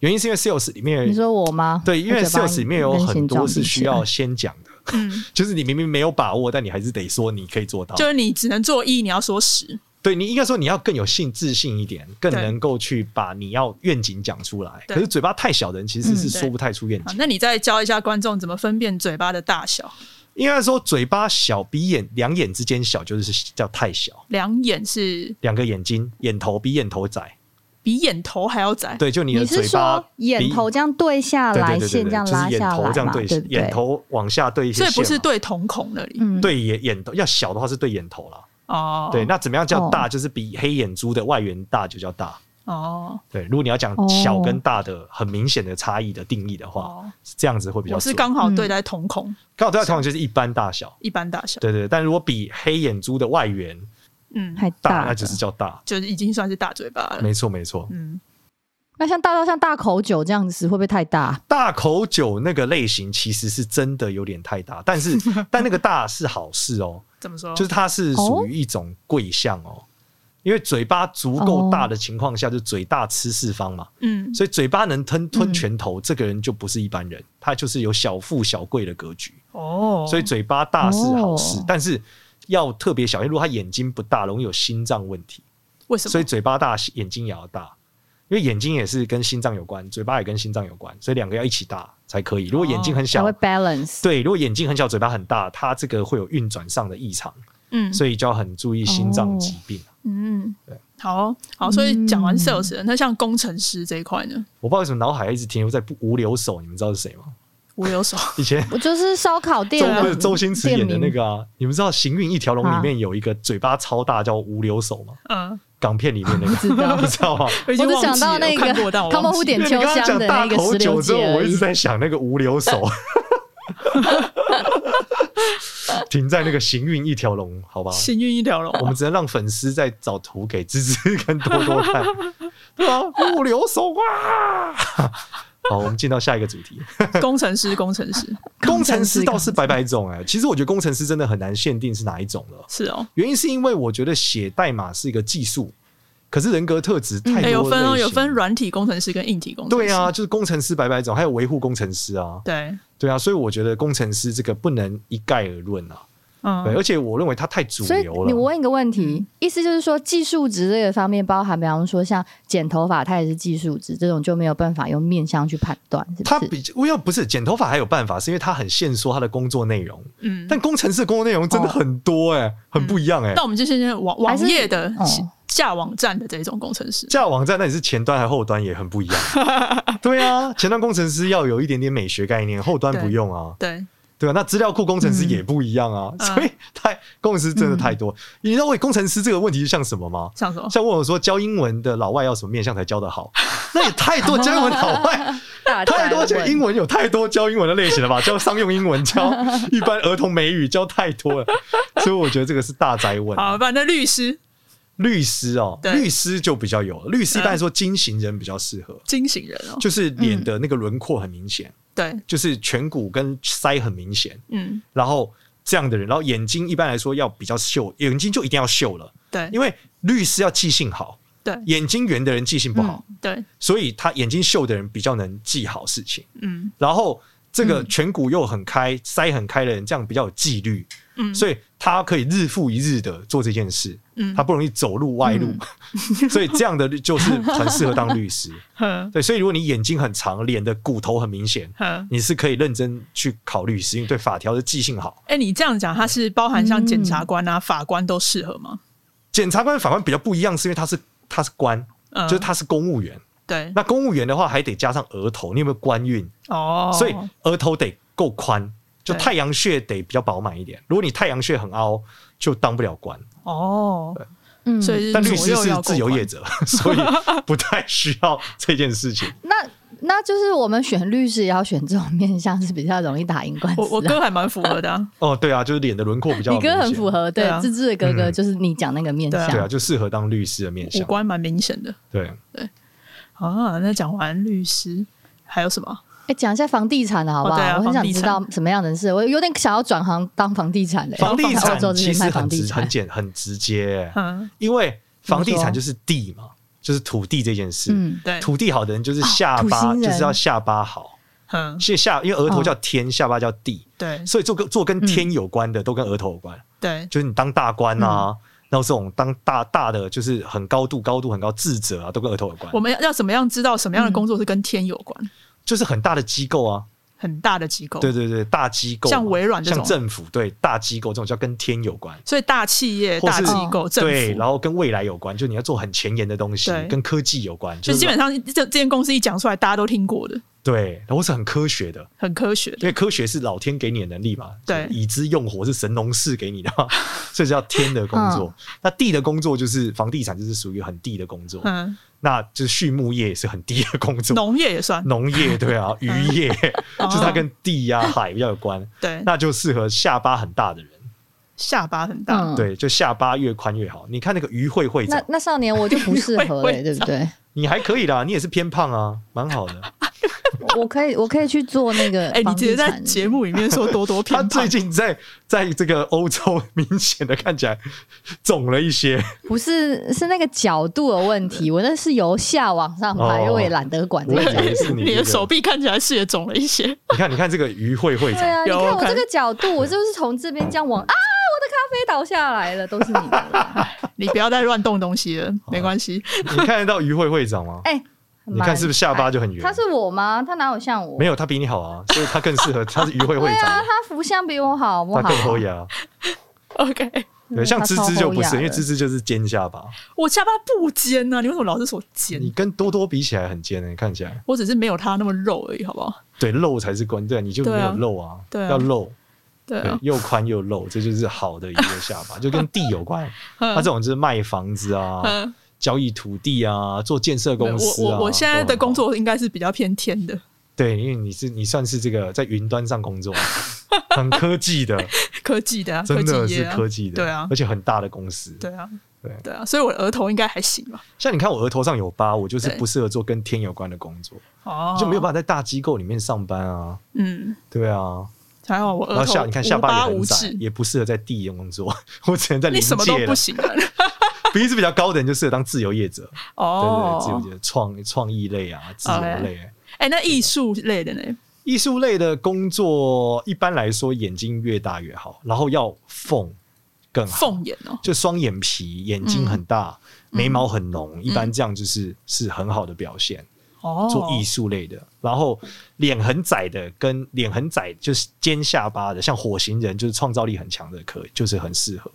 S4: 原因是因为 sales 里面
S2: 你说我吗？
S4: 对，因为
S2: 我嘴巴
S4: sales 里面有很多是需要
S2: 跟形状比起来
S4: 先讲的，
S1: 嗯，
S4: 就是你明明没有把握，但你还是得说你可以做到。
S1: 就是你只能做一，你要说十。
S4: 对你应该说你要更有信自信一点，更
S1: 对
S4: 能够去把你要愿景讲出来。
S1: 对
S4: 可是嘴巴太小的人其实是
S2: 嗯
S1: 啊
S4: 说不太出愿景的
S1: 好，。那你再教一下观众怎么分辨嘴巴的大小。
S4: 应该说嘴巴小，鼻眼两眼之间小，就是叫太小。
S1: 两眼是
S4: 两个眼睛，眼头比眼头窄，
S1: 比眼头还要窄，
S4: 对，就你的
S2: 哎你是
S4: 嘴巴
S2: 说眼头
S4: 比
S2: 这样对下
S4: 对对
S2: 来，
S4: 对对
S2: 线这
S4: 对，
S2: 样
S4: 就
S2: 拉
S4: 是眼
S2: 下
S4: 头这
S2: 来
S4: 样
S2: 嘛？
S4: 对
S2: 对不
S4: 眼
S2: 对？
S4: 头往下对一些
S1: 所
S4: 线
S1: 以
S4: 嘛，
S1: 不是对瞳孔那里、
S2: 嗯，
S4: 对眼眼头要小的话是对眼头啦。
S1: 哦。
S4: 对，那怎么样叫大？
S2: 哦
S4: 就是比黑眼珠的外缘大就叫大。
S1: 哦
S4: 对，如果你要讲
S2: 哦
S4: 小跟大的很明显的差异的定义的话，
S1: 哦，
S4: 是这样子会比较
S1: 我
S4: 准。
S1: 是刚好对待瞳孔、
S4: 刚好对同就是一般大小。
S1: 一般大小，
S4: 对对，对但如果比黑眼珠的外缘
S1: 嗯，
S2: 太
S4: 大，
S2: 了
S4: 那就是叫大。
S1: 就是已经算是大嘴巴了。
S4: 没错没错，
S1: 嗯，
S2: 那像大到像大口酒这样子，会不会太大？
S4: 大口酒那个类型其实是真的有点太大，但是但那个大是好事哦，
S1: 怎么说？
S4: 就是它是属于一种贵相哦，因为嘴巴足够大的情况下，就嘴大吃四方嘛，
S1: 嗯，
S4: 所以嘴巴能吞吞
S2: 嗯
S4: 拳头，这个人就不是一般人，他就是有小富小贵的格局。
S1: 哦，
S4: 所以嘴巴大是好事，
S2: 哦
S4: 但是要特别小心。如果他眼睛不大，容易有心脏问题，
S1: 为什么？
S4: 所以嘴巴大，眼睛也要大，因为眼睛也是跟心脏有关，嘴巴也跟心脏有关，所以两个要一起大才可以。如果眼睛很
S2: 哦才
S4: 小，
S2: 会 balance。
S4: 对，如果眼睛很小，嘴巴很大，它这个会有运转上的异常，
S1: 嗯
S4: 所以就要很注意心脏疾病。
S2: 哦
S1: 嗯
S4: 对，
S1: 好好，所以讲完
S2: 嗯
S1: sales 人，那像工程师这一块呢，
S4: 我不知道为什么脑海一直停留在不无留手，你们知道是 谁吗？
S1: 我有手
S4: 以前
S2: 我就是烧烤店
S4: 周
S1: 啊
S4: 不
S2: 的
S4: 是周星驰演的那
S2: 店名，
S4: 个啊，你们知道《行运一条龙》
S2: 啊
S4: 里面有一个嘴巴超大叫无留手吗？
S1: 嗯，
S4: 港片里面 那个，
S2: 知道
S4: 不知道吗？
S1: 我已经
S2: 我只
S1: 忘
S2: 想
S1: 记
S2: 到
S1: 了，
S2: 那
S1: 我看过，
S2: 个
S1: 但我
S2: 汤姆
S1: 忘
S2: 虎
S1: 记了
S2: 点
S4: 因为你
S2: 秋
S4: 刚刚
S2: 香
S4: 讲
S2: 的
S4: 大
S2: 那个
S4: 口
S2: 石
S4: 酒
S2: 榴
S4: 之后，
S2: 姐
S4: 我
S2: 而
S4: 一直
S2: 已。
S4: 在想那个无留手， 停在那个行运一条龙，好吧？
S1: 行运一条龙，
S4: 我们只能让粉丝再找图给芝芝跟多多看， 对啊，无留手啊！ 好，我们进到下一个主题。
S1: 工程师，工程师
S4: 工程师倒是百百种哎、其实我觉得工程师真的很难限定是哪一种了。
S1: 是哦，
S4: 原因是因为我觉得写代码是一个技术，可是人格特质太多、
S1: 哎，
S4: 类
S1: 有分哦，
S4: 型
S1: 有分软体工程师跟硬体工程师，
S4: 对啊，，就是工程师百百种，还有维护工程师啊，
S1: 对，
S4: 对啊，所以我觉得工程师这个不能一概而论啊。对，
S1: 嗯，
S4: 而且我认为它太主
S2: 所以
S4: 流
S2: 你我
S4: 了。
S2: 问一个问题
S1: 嗯，
S2: 意思就是说技术值这个方面，包含比方说像剪头发，它也是技术值，这种就没有办法用面相去判断，是
S4: 它
S2: 不是？
S4: 比我要不是剪头发还有办法，是因为它很限缩它的工作内容。
S1: 嗯，
S4: 但工程师的工作内容真的很多哎、很不一样哎、
S1: 那我们就现在网网
S2: 还是
S1: 页的
S2: 哦
S1: 下网站的这种工程师，
S4: 架网站那里是前端还后端也很不一 样。对啊，前端工程师要有一点点美学概念，后端不用啊。
S1: 对，
S4: 对啊，那资料库工程师也不一样啊，
S1: 嗯
S4: 所以太工程师真的太多。你知道为工程师这个问题像什么吗？
S1: 像什么？
S4: 像问我说教英文的老外要什么面向才教得好， 那也太多教英文老 外
S2: 大
S4: 太多教英文有太多教英文的类型了吧？教商用英文，教一般儿童美语，教太多 了，所以我觉得这个是大灾问。
S1: 好，反正律师
S4: 律师哦，
S1: 对
S4: 律师就比较有了，律师一
S1: 嗯
S4: 般说金型人比较适合，
S1: 惊醒人哦，
S4: 就是脸的那个轮廓很明显，
S1: 对，
S4: 就是颧骨跟腮很明显，
S1: 嗯，
S4: 然后这样的人，然后眼睛一般来说要比较秀，眼睛就一定要秀了，
S1: 对，
S4: 因为律师要记性好，
S1: 对，
S4: 眼睛圆的人记性不好。
S1: 嗯，对，
S4: 所以他眼睛秀的人比较能记好事情。
S1: 嗯
S4: 然后这个颧骨又很开、腮很开的人，这样比较有纪律，
S1: 嗯，
S4: 所以他可以日复一日的做这件事，
S1: 嗯
S4: 他不容易走路外路， 所以这样的就是很适合当 律师。
S1: 哼
S4: 对，所以如果你眼睛很长，脸的骨头很明显，
S1: 哼。
S4: 你是可以认真去考律师，因为对法条的记性好。
S1: 哎、你这样讲，它是包含像检察官
S4: 嗯
S1: 啊、法官都适合吗？
S4: 检察官、法官比较不一样，是因为他是他是官，
S1: 嗯，
S4: 就是他是公务员。
S1: 对
S4: 那公务员的话，还得加上额头，你有没有官运？
S1: 哦，
S4: 所以额头得够宽，就
S1: 对
S4: 太阳穴得比较饱满一点。如果你太阳穴很凹，就当不了官。
S1: 哦，
S2: 嗯
S1: 所以
S4: 但
S1: 是
S4: 律
S1: 左
S4: 师
S1: 右
S4: 是
S1: 要
S4: 自由业
S1: 者，
S4: 者，所以不太需要这件事情。
S2: 那那就是我们选律师也要选这种面相是比较容易打赢官司、啊。
S1: 我我哥还蛮符合的、 啊，
S4: 哦，对啊，就是脸的轮廓比较
S2: 你
S4: 明显，
S2: 哥很符合，对
S1: 对啊，
S2: 芝芝的哥哥
S4: 嗯
S2: 就是你讲那个面
S1: 对
S4: 对
S2: 相
S4: 啊，，就适合当律师的面
S1: 五
S4: 相。
S1: 官蛮明显的
S4: 对，
S1: 啊。那讲完律师，还有什么？
S2: 哎，讲一下房地产的好不好？
S1: 哦对啊
S2: 我很想知
S1: 房
S2: 道什么样的人是，我有点想要转行当房地产嘞、
S4: 房地
S2: 在欧洲这
S4: 产其
S2: 边
S4: 实
S2: 卖
S4: 很
S2: 房地
S4: 直、很
S2: 产，
S4: 简、很直接，
S1: 嗯，
S4: 因为房地
S2: 怎么
S4: 产
S2: 说
S4: 就是地嘛，就是土地这件事。
S2: 嗯，哦
S1: 对，
S4: 土地好的人就是下
S2: 土
S4: 巴，
S2: 星
S4: 就是
S2: 人
S4: 要下巴好。
S1: 嗯，
S4: 是下，因为额头
S2: 哦
S4: 叫天，下巴叫地，
S1: 对
S4: 所以做跟做跟天
S1: 嗯
S4: 有关的都跟额头有关。
S1: 对，
S4: 就是你当大官
S1: 嗯
S4: 啊，然后这种当大大的就是很高度、高度很高智者啊，都跟额头有关嗯
S1: 我。们要要怎么样知道什么样的工作是跟天有关？
S4: 就是很大的机构啊，
S1: 很大的机构，
S4: 对对对，大机构嘛啊
S1: 像微软这
S4: 像
S1: 种
S4: 政府，对大机构这种叫跟天有关。
S1: 所以大企业、
S4: 或
S1: 大
S4: 是
S1: 机构、政
S4: 对，
S1: 府
S4: 然。后跟未来有关，就你要做很前沿的东西
S1: 对，
S4: 跟科技有关，
S1: 就是基本上这这间公司一讲出来，大家都听过的，
S4: 对，然后是很科学的，
S1: 很科学的。
S4: 因为科学是老天给你的能力嘛，
S1: 对
S4: 以之用火是神农氏给你的 嘛，所以叫天的工作。
S1: 嗯
S4: 那地的工作就是房地产，就是属于很地的工作，
S1: 嗯，
S4: 那就是畜牧业也是很地的工作，
S1: 农业也算，
S4: 农业对
S2: 嗯
S4: 啊，渔业
S1: 哦
S4: 就是它跟地呀、海比较有关，
S1: 对，
S4: 那就适合下巴很大的人，
S1: 下巴很大，
S2: 嗯
S4: 对，就下巴越宽越好。你看那个于会会
S2: 那
S4: 长，
S2: 那少年我就不适合
S1: 会会
S2: 了、对不对？
S4: 你还可以啦，你也是偏胖啊，蛮好 的。
S2: 我可以，我可以去做那个
S1: 哎、你
S2: 房
S1: 直接
S2: 地
S1: 在
S2: 产。
S1: 节目里面说多多偏
S4: 他
S1: 胖，
S4: 最近在在这个欧洲明显的看起来肿了 一些，
S2: 不是是那个角度的问题，我那是由下往上
S4: 哦
S2: 拍，因为我也懒得管这
S4: 我以
S2: 个。
S4: 为是你
S1: 你的手
S4: 臂。
S1: 臂看起来是也肿了一 些，
S4: 你看，你看这个于会会
S2: 对
S4: 长，
S2: 啊，你
S1: 有
S2: 看我
S1: 看
S2: 这个角度，我就是从这边这样往啊，我的咖啡倒下来了，都是你的啦。
S1: 你不要再乱动东西了，没关系。
S4: 你看得到于会会长吗？
S2: 哎、
S4: 你看是不是下巴就很圆？
S2: 他是我吗？他哪有像我？
S4: 没有，他比你好啊，所以他更 适合，他是于会会
S2: 对啊，
S4: 长，
S2: 他福相比我好，好不
S4: 他
S2: 好？啊
S4: 更啊厚牙。
S1: OK，
S4: 对，像芝芝就不是，因为芝
S2: 芝
S4: 芝就是尖下巴，
S1: 我下巴不尖啊呢、你为什么老是说尖？
S4: 你跟多多比起来很尖诶，看起来
S1: 我只是没有他那么肉而已，好不好？
S4: 对肉才是关键，你就没
S1: 对
S4: 有
S1: 啊
S4: 肉啊，
S1: 对啊
S4: 要肉，
S1: 对
S4: 对
S1: 啊，，
S4: 又宽又肉，这就是好的一个下巴，就跟地 有关。
S1: 嗯
S4: 他这种就是卖房子啊，
S1: 嗯，
S4: 交易土地啊，做建设公司
S1: 我
S4: 啊。
S1: 我我现在的工
S4: 都很好，
S1: 作应该是比较偏天的，
S4: 对，因为你是你算是这个在云端上工 作，很科技的，
S1: 科技的、啊，
S4: 真的
S1: 科技
S4: 是
S1: 业啊
S4: 科技的，
S1: 对啊
S4: 而，且很大的公司。
S1: 对啊，
S4: 对
S1: 对啊，所以我的额头应该还行吧？
S4: 像你看我额头上有疤，我就是
S1: 对
S4: 不适合做跟天有关的工作，
S1: 哦，
S4: 就没有办法在大机构里面上班啊。
S1: 嗯，
S4: 对啊，
S1: 还好我
S4: 然
S1: 额
S4: 后
S1: 头
S4: 下你看下
S1: 无疤
S4: 巴也
S1: 无
S4: 很窄
S1: 痣，，
S4: 也不适合在地工作， 我只能在
S1: 你
S4: 临
S1: 什么都
S4: 界
S1: 不
S4: 了。
S1: 行啊！
S4: 鼻子比较高的人就适合当自由业者，对对
S1: 哦，
S4: 对，自由业者创创意类啊，自由
S1: OK
S4: 类。
S1: 哎、那艺术类的呢？
S4: 艺术类的工作，一般来说眼睛越大越好，然后要缝更好，
S1: 凤眼哦，
S4: 就双眼皮，眼睛很大，
S1: 嗯
S4: 眉毛很浓，一般这样就是是很好的表现。
S1: 哦，
S4: 做艺术类的，然后脸很窄的跟脸很窄就是尖下巴的，像火星人就是创造力很强的，可就是很适合。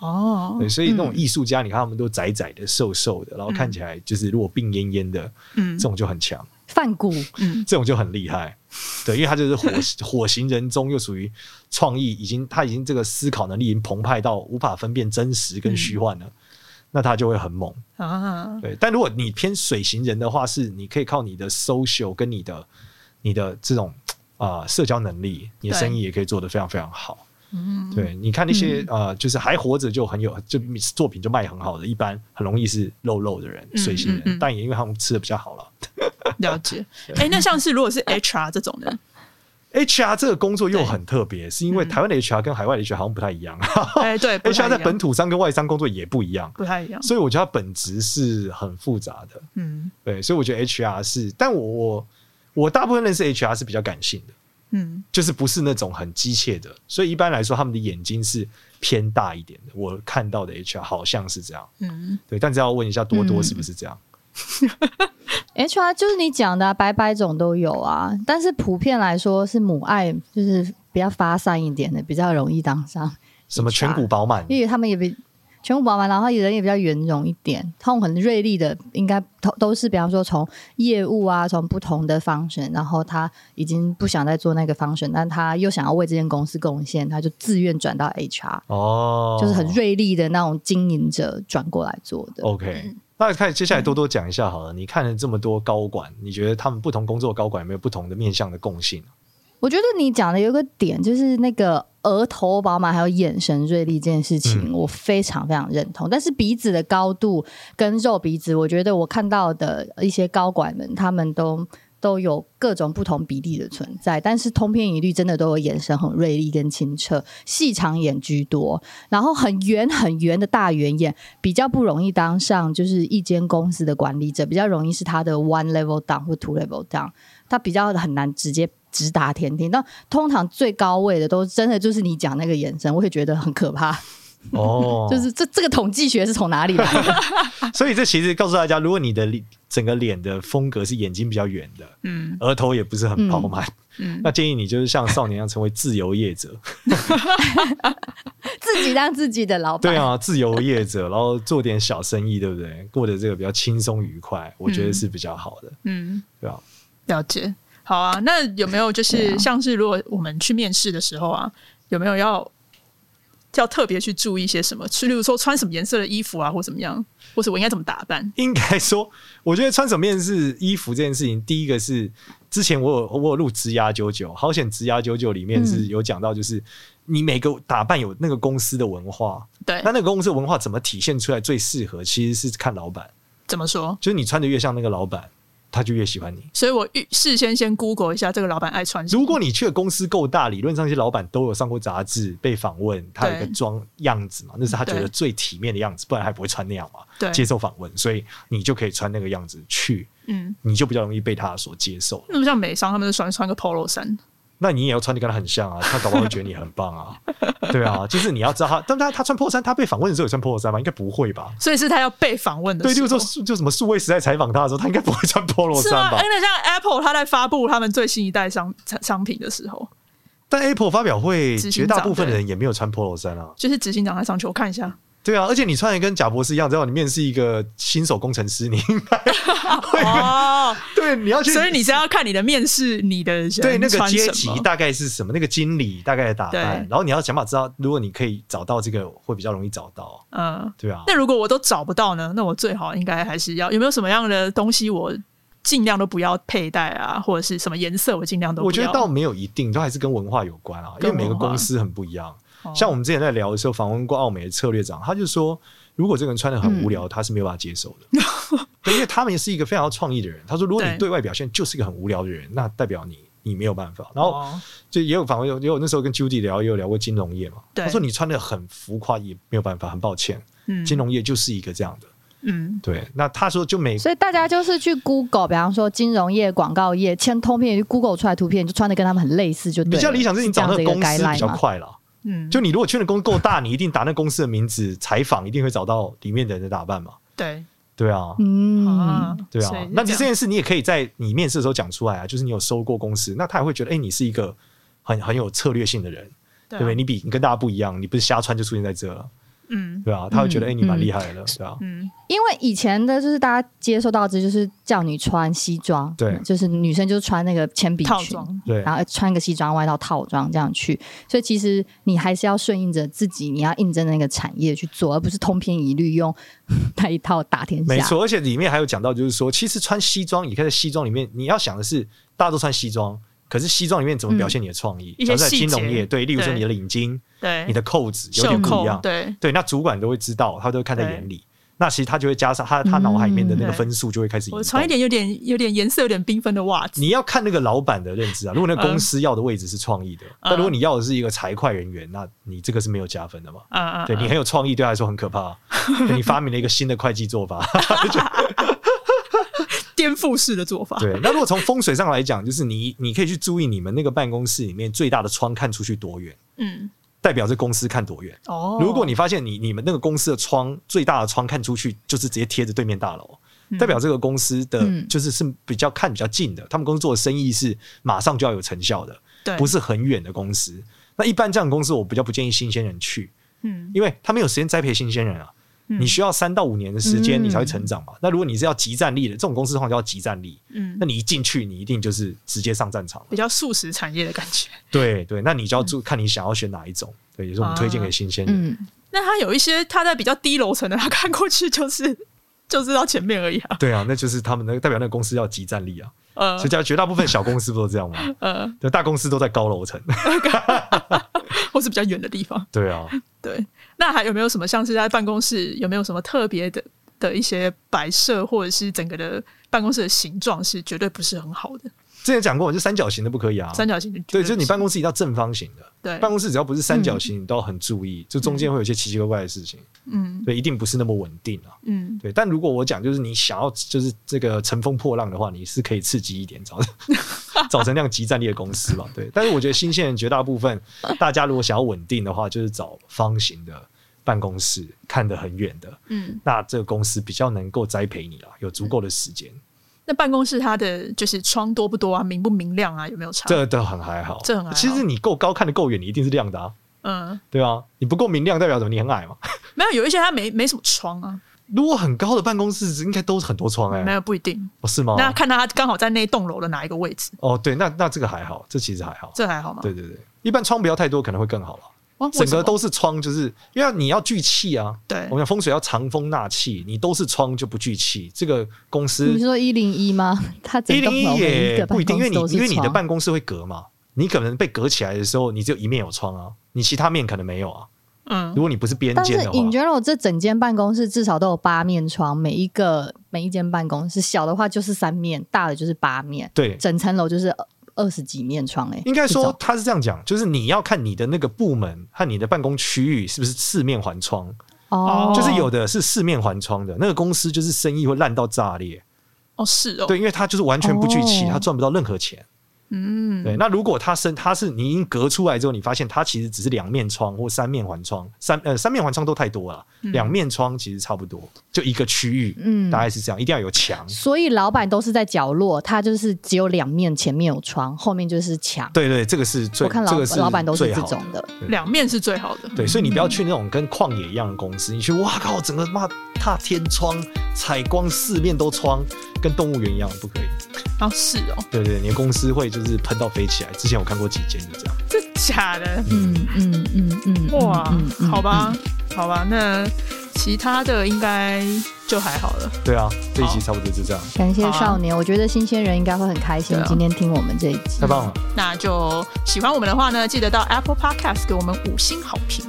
S1: 哦，
S4: 对，所以那种艺术家，你看他们都窄窄的、瘦瘦的，然后看起来就是如果病恹恹的，
S1: 嗯
S4: 这种就很强。
S2: 范谷，
S1: 嗯
S4: 这种就很厉害，对，因为他就是 火火型人中，又属于创意，已经他已经这个思考能力已经澎湃到无法分辨真实跟
S1: 嗯
S4: 虚幻了，那他就会很猛。
S1: 啊，
S4: 对，但如果你偏水型人的话，是你可以靠你的 social 跟你的你的这种啊、呃社交能力，你的
S1: 对
S4: 生意也可以做得非常非常好。
S1: 嗯，
S4: 对，你看那些、呃，就是还活着就很有，就作品就卖很好的，一般很容易是肉肉的人、
S1: 嗯
S4: 水型人，
S1: 嗯嗯
S4: 但也因为他们吃的比较好了。
S1: 了解。哎、那像是如果是 HR 这种 的，
S4: HR 这个工作又
S1: 对
S4: 很特别，是因为
S1: 嗯
S4: 台湾的 HR 跟海外的 HR 好像不太一样。
S1: 哎、对不太
S4: HR
S1: 一
S4: 在
S1: 样嗯
S4: 本土商跟外商工作也不一样，
S1: 不太一样，
S4: 所以我觉得它本质是很复杂的。
S1: 嗯
S4: 对，所以我觉得 HR 是，但我我我大部分认识 HR 是比较感性的，
S1: 嗯，
S4: 就是不是那种很机械的，所以一般来说他们的眼睛是偏大一点的。我看到的 HR 好像是这样，
S1: 嗯，
S4: 对，但是要问一下多多是不是这样？
S2: 嗯 HR 就是你讲的、啊，白白种都有啊，但是普遍来说是母爱，就是比较发散一点的，比较容易当上，
S4: 什么颧骨饱满？
S2: 因为他们也比全部饱满，然后人也比较圆融一点，他们很锐利的，应该都都是比方说从业务啊，从不同的方 u 然后他已经不想再做那个方 u 但他又想要为这间公司贡献，他就自愿转到 HR，、
S4: 哦，
S2: 就是很锐利的那种经营者转过来做的。
S4: OK，那看接下
S2: 嗯
S4: 来多多讲一下好了。你看了这么多高管，你觉得他们不同工作的高管有没有不同的面向的共性？
S2: 我觉得你讲的有一个点，就是那个额头饱满还有眼神锐利这件事情，
S4: 嗯
S2: 我非常非常认同。但是鼻子的高度跟肉鼻子，我觉得我看到的一些高管们，他们都都有各种不同比例的存在，但是通篇一律真的都有眼神很锐利跟清澈，细长眼居多，然后很圆很圆的大圆眼，比较不容易当上就是一间公司的管理者，比较容易是他的 one level down 或 two level down。他比较很难直接直达天庭。那通常最高位的都真的就是你讲那个眼神，我会觉得很可怕。
S4: 哦，
S2: 就是这这个统计学是从哪里来 的？
S4: 所以这其实告诉大家，如果你的脸整个脸的风格是眼睛比较圆的，
S1: 嗯
S4: 额头也不是很饱满，
S1: 嗯，
S4: 那建议你就是像少年一样成为自由 业者。
S2: 自己当自己的老板。
S4: 对啊，自由业者，然后做点小生意，对不对？过得这个比较轻松愉快，我觉得是比较好的，
S1: 嗯，
S4: 对吧？
S1: 了解。好啊，那有没有
S4: 啊
S1: 就是像是如果我们去面试的时候啊，有没有要要特别去注意些什么？去，例如说穿什么颜色的衣服啊，或怎么样，或者我应该怎么打扮？
S4: 应该说，我觉得穿什么面试衣服这件事情，第一个是之前我有我有录《职涯九九》，好险《职涯九九》里面
S1: 嗯
S4: 是有讲到，就是、你每个打扮有那个公司的文化，
S1: 对
S4: 那，那个公司的文化怎么体现出来最适合，其实是看老板，
S1: 怎么说？
S4: 就是你穿的越像那个老板，他就越喜欢你。
S1: 所以我预事先先 Google 一下这个老板爱穿什么。
S4: 如果你去的公司够大，理论上这些老板都有上过杂志被访问，他有一个
S1: 对
S4: 装样子嘛，那是他觉
S1: 对
S4: 得最体面的样子，不然他也不会穿那样嘛。
S1: 嗯对
S4: 接受访问，所以你就可以穿那个样子去，
S1: 嗯，
S4: 你就比较容易被他所接受。
S1: 那么像美商他们都喜欢穿个 polo 衫，
S4: 那你也要穿的跟他很像啊，他搞不好会觉得你很棒啊， 对啊，就是你要知道他，但他他穿破衫，他被访问的时候有穿破衫吗？应该不会吧？
S1: 所以是他要被访问的
S4: 对，
S1: 时
S4: 就
S1: 候。
S4: 是说数就什么数位时代采访他的时候，他应该不会穿 polo
S1: 是
S4: 衫
S1: 吗？
S4: 吧
S1: 哎，？那像 Apple，它在发布他们最新一代商产商品的时候，
S4: 但 Apple 发表会，
S1: 执行
S4: 绝大
S1: 长
S4: 部分的
S1: 对
S4: 人也没有穿 polo 衫啊。
S1: 就是执行长他上去，我看一下，
S4: 对啊，而且你穿的跟贾博士一样，只要你面试一个新手工程师，你 应该
S1: 哦，
S4: 对你要去，
S1: 所以你是要看你的面试你的人
S4: 对那个
S1: 穿
S4: 阶
S1: 什
S4: 级
S1: 么
S4: 大概是什么，那个经理大概的打扮
S1: 对，
S4: 然后你要想办法知道，如果你可以找到这个，会比较容易找到，
S1: 嗯，
S4: 对啊。
S1: 那如果我都找不到呢？那我最好应该还是要有没有什么样的东西我尽量都不要佩戴啊，或者是什么颜色我尽量都不要。啊
S4: 我觉得倒没有一定，都还是跟文化有关啊，因
S1: 跟
S4: 为每个
S1: 文化
S4: 公司很不一样。
S1: 哦
S4: 像我们之前在聊的时候，访问过澳美的策略长，他就说，如果这个人穿的很
S1: 嗯
S4: 无聊，他是没有办法接受的， 对，因为他们也是一个非常有创意的人。他说，如果你
S1: 对
S4: 对外表现就是一个很无聊的人，那代表你你没有办法。然后
S1: 哦
S4: 就也有访问，也有那时候跟 Judy 聊，也有聊过金融业嘛。
S1: 对
S4: 他说你穿的很浮夸，也没有办法，很抱歉，
S1: 嗯
S4: 金融业就是一个这样的。
S1: 嗯
S4: 对，那他说就每
S2: 所以大家就是去 Google，比方说金融业、广告业，千通片去 Google 出来图片，你就穿的跟他们很类似就对了。
S4: 比较理想是你找那
S2: 是
S4: 个
S2: 这样
S4: 公
S2: 子一
S4: 司
S2: guideline
S4: 比较
S2: 吗
S4: 快了。
S1: 嗯，
S4: 就你如果去的公司够大，你一定打那公司的名字采访，一定会找到里面的人的打扮嘛。
S1: 对
S4: 对啊，
S1: 啊
S2: 嗯，，
S4: 对
S1: 所以
S4: 啊
S1: 是。
S4: 那这
S1: 样
S4: 件事你也可以在你面试的时候讲出来啊，就是你有收过公司，那他也会觉得，哎、你是一个很很有策略性的人，对不
S1: 啊
S4: 对？你比你跟大家不一样，你不是瞎穿就出现在这了，
S1: 嗯
S4: 对啊，他会觉得，
S2: 嗯
S4: 哎、你蛮
S2: 嗯
S4: 厉害的，对啊。
S1: 嗯
S2: 因为以前的就是大家接受到的就是叫你穿西装，
S4: 对
S2: 就是女生就穿那个铅笔
S1: 套
S2: 裙，
S1: 装，
S4: 对，
S2: 然后穿个西装外套套装这样去，所以其实你还是要顺应着自己，你要应征那个产业去做，而不是通篇一律用 那一套打天下。
S4: 没，错，而且里面还有讲到，就是说，其实穿西装，你可以在西装里面，你要想的是，大家都穿西装，可是西装里面怎么表现你的创意？
S1: 嗯
S4: 假如
S1: 一些
S4: 在
S1: 细
S4: 金融
S1: 节
S4: 业，对，例如说
S1: 对
S4: 你的领巾、
S1: 对，
S4: 你的扣子有
S1: 袖
S4: 点不
S1: 扣
S4: 一样，
S1: 对
S4: 对，那主管都会知道，他都会看在
S1: 对
S4: 眼里。那其实他就会加上他他脑海里面的那
S1: 嗯
S4: 个分数就会开始移动。
S1: 我穿一点有点有点颜色有点缤纷的袜子，
S4: 你要看那个老板的认知啊。如果那个
S1: 嗯
S4: 公司要的位置是创意的，那、如果你要的是一个财会人员，那你这个是没有加分的嘛？
S1: 啊啊，
S4: 对你很有创意，对他来说很可怕。啊 对你发明了一个新的会计做法，
S1: 颠覆式的做法，
S4: 对，那如果从风水上来讲，就是你你可以去注意你们那个办公室里面最大的窗看出去多远，
S1: 嗯，
S4: 代表这公司看多远。
S1: 哦，
S4: 如果你发现你你们那个公司的窗最大的窗看出去就是直接贴着对面大楼，
S1: 嗯
S4: 代表这个公司的
S2: 嗯
S4: 就是是比较看比较近的，他们公司做的生意是马上就要有成效的，
S1: 对
S4: 不是很远的公司。那一般这样的公司，我比较不建议新鲜人去，
S1: 嗯
S4: 因为他没有时间栽培新鲜人啊。
S1: 嗯
S4: 你需要三到五年的时间，你才会
S2: 嗯
S4: 成长嘛。那如果你是要集战力的，这种公司通常叫集战力。
S1: 嗯
S4: 那你一进去，你一定就是直接上战场
S1: 比
S4: 了。
S1: 较素食产业的感觉。
S4: 对对，那你就要
S1: 嗯
S4: 注看你想要选哪一种。对，也是我
S1: 哦
S4: 们推荐给新鲜人。
S2: 嗯，
S1: 那他有一些他在比较低楼层的，他看过去就是就是到前面而已啊，
S4: 对啊，那就是他们那个代表那个公司要集战力啊。
S1: 呃
S4: 所以叫绝大部分小公司不都 这样吗？
S1: 呃，
S4: 对，大公司都在高楼层。
S1: 或是比较远的地方。
S4: 对啊，
S1: 对，那还有没有什么像是在办公室有没有什么特别的的一些摆设，或者是整个的办公室的形状是绝对不是很好的？
S4: 之前讲过，就三角形的不可以啊。
S1: 三角形绝
S4: 对，
S1: 不
S4: 就是你办公室一定要正方形的。
S1: 对
S4: 办公室只要不是三角形，你都要很注意，就中间会有一些奇奇怪怪的事情。
S1: 嗯
S4: 对，一定不是那么稳定啊。
S1: 嗯
S4: 对，但如果我讲就是你想要就是这个乘风破浪的话，你是可以刺激一点，找 找成那样集战力的公司吧。对，但是我觉得新鲜人绝大部分，大家如果想要稳定的话，就是找方形的办公室看得很远的，
S1: 嗯，
S4: 那这个公司比较能够栽培你啦，有足够的时
S1: 嗯
S4: 间，
S1: 那办公室它的就是窗多不多啊，明不明亮啊，有没有差？
S4: 这都很还好。
S1: 这很还好
S4: 其实你够高看得够远，你一定是亮的啊，
S1: 嗯，
S4: 对啊，你不够明亮代表什么？你很矮嘛。
S1: 没有，有一些它没没什么窗啊，
S4: 如果很高的办公室应该都是很多窗哎、
S1: 没有不一定。
S4: 哦是吗？
S1: 那看到它刚好在那栋楼的哪一个位置，
S4: 哦对，那那这个还好，这其实还好。
S1: 这还好
S2: 啊
S1: 吗？
S4: 对对对，一般窗不要太多，可能会更好了。
S1: 哇，为
S4: 整
S1: 什
S4: 个
S1: 么
S4: 都是窗，就是因为你要聚气啊。
S2: 哎
S1: 对
S4: 我们讲风水要藏风纳气，你都是窗就不聚气。这个公司
S2: 你是说一零一吗？它整
S4: 一
S2: 栋
S4: 零
S2: 楼每一
S4: 一也
S2: 个
S4: 不一定，因为
S2: 办
S4: 你
S2: 公室
S4: 因
S2: 都
S4: 为
S2: 是
S4: 你的
S2: 窗
S4: 办公室会隔嘛，你可能被隔起来的时候，你只有一面有窗啊，你其他面可能没有啊。
S1: 嗯
S4: 如，果你不是边
S2: 但是
S4: 间的话，
S2: in general，这整间办公室至少都有八面窗，每一个每一间办公室小的话就是三面，大的就是八面，
S4: 对
S2: 整层楼就是二二十几面窗、欸，哎，
S4: 应该
S2: 这
S4: 说
S2: 种
S4: 他是这样讲，就是你要看你的那个部门和你的办公区域是不是四面环窗，
S2: 哦，
S4: 就是有的是四面环窗的那个公司，就是生意会烂到炸裂。
S1: 哦是哦，
S4: 对，因为他就是完全不聚气，
S2: 哦
S4: 他赚不到任何钱。
S1: 嗯，
S4: 对，那如果他生他是你已经隔出来之后，你发现他其实只是两面窗或三面环窗，三呃三面环窗都太多了，两、面窗其实差不多，就一个区域，
S2: 嗯
S4: 大概是这样，一定要有墙。
S2: 所以老板都是在角落，他就是只有两面，前面有窗，后面就是墙。
S4: 对对，这个是最，
S2: 我看老、
S4: 这个是
S2: 老板都是
S4: 最
S2: 这
S4: 好的
S2: 种的，
S1: 两面是最好的。
S4: 对，所以你不要去那种跟旷野一样的公司，你去哇靠，整个妈大天窗，采光四面都窗，跟动物园一样，不可以。
S1: 哦是哦，
S4: 对对，你的公司会就是喷到飞起来。之前我看过几间就这样。
S1: 这假的，
S2: 嗯嗯嗯嗯，
S1: 哇
S2: 嗯，
S1: 好，吧，好吧，那其他的应该就还好了。
S4: 对啊，这一集差不多就这样，
S2: 嗯感谢
S1: 好啊
S2: 少年，我觉得新鲜人应该会很开心
S1: 对啊
S2: 今天听我们这一集
S4: 太。棒了，
S1: 那就喜欢我们的话呢，记得到 Apple Podcast 给我们五星好评。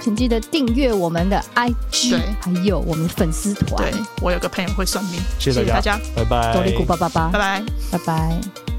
S2: 请记得订阅我们的 IG，
S1: 对
S2: 还有我们的粉丝团
S1: 对。我有个朋友会算命，
S4: 谢
S1: 谢
S4: 谢大
S1: 大
S4: 家，
S1: 家，
S4: 拜拜，
S2: 周立古八八八
S1: 拜，拜。
S2: 拜拜。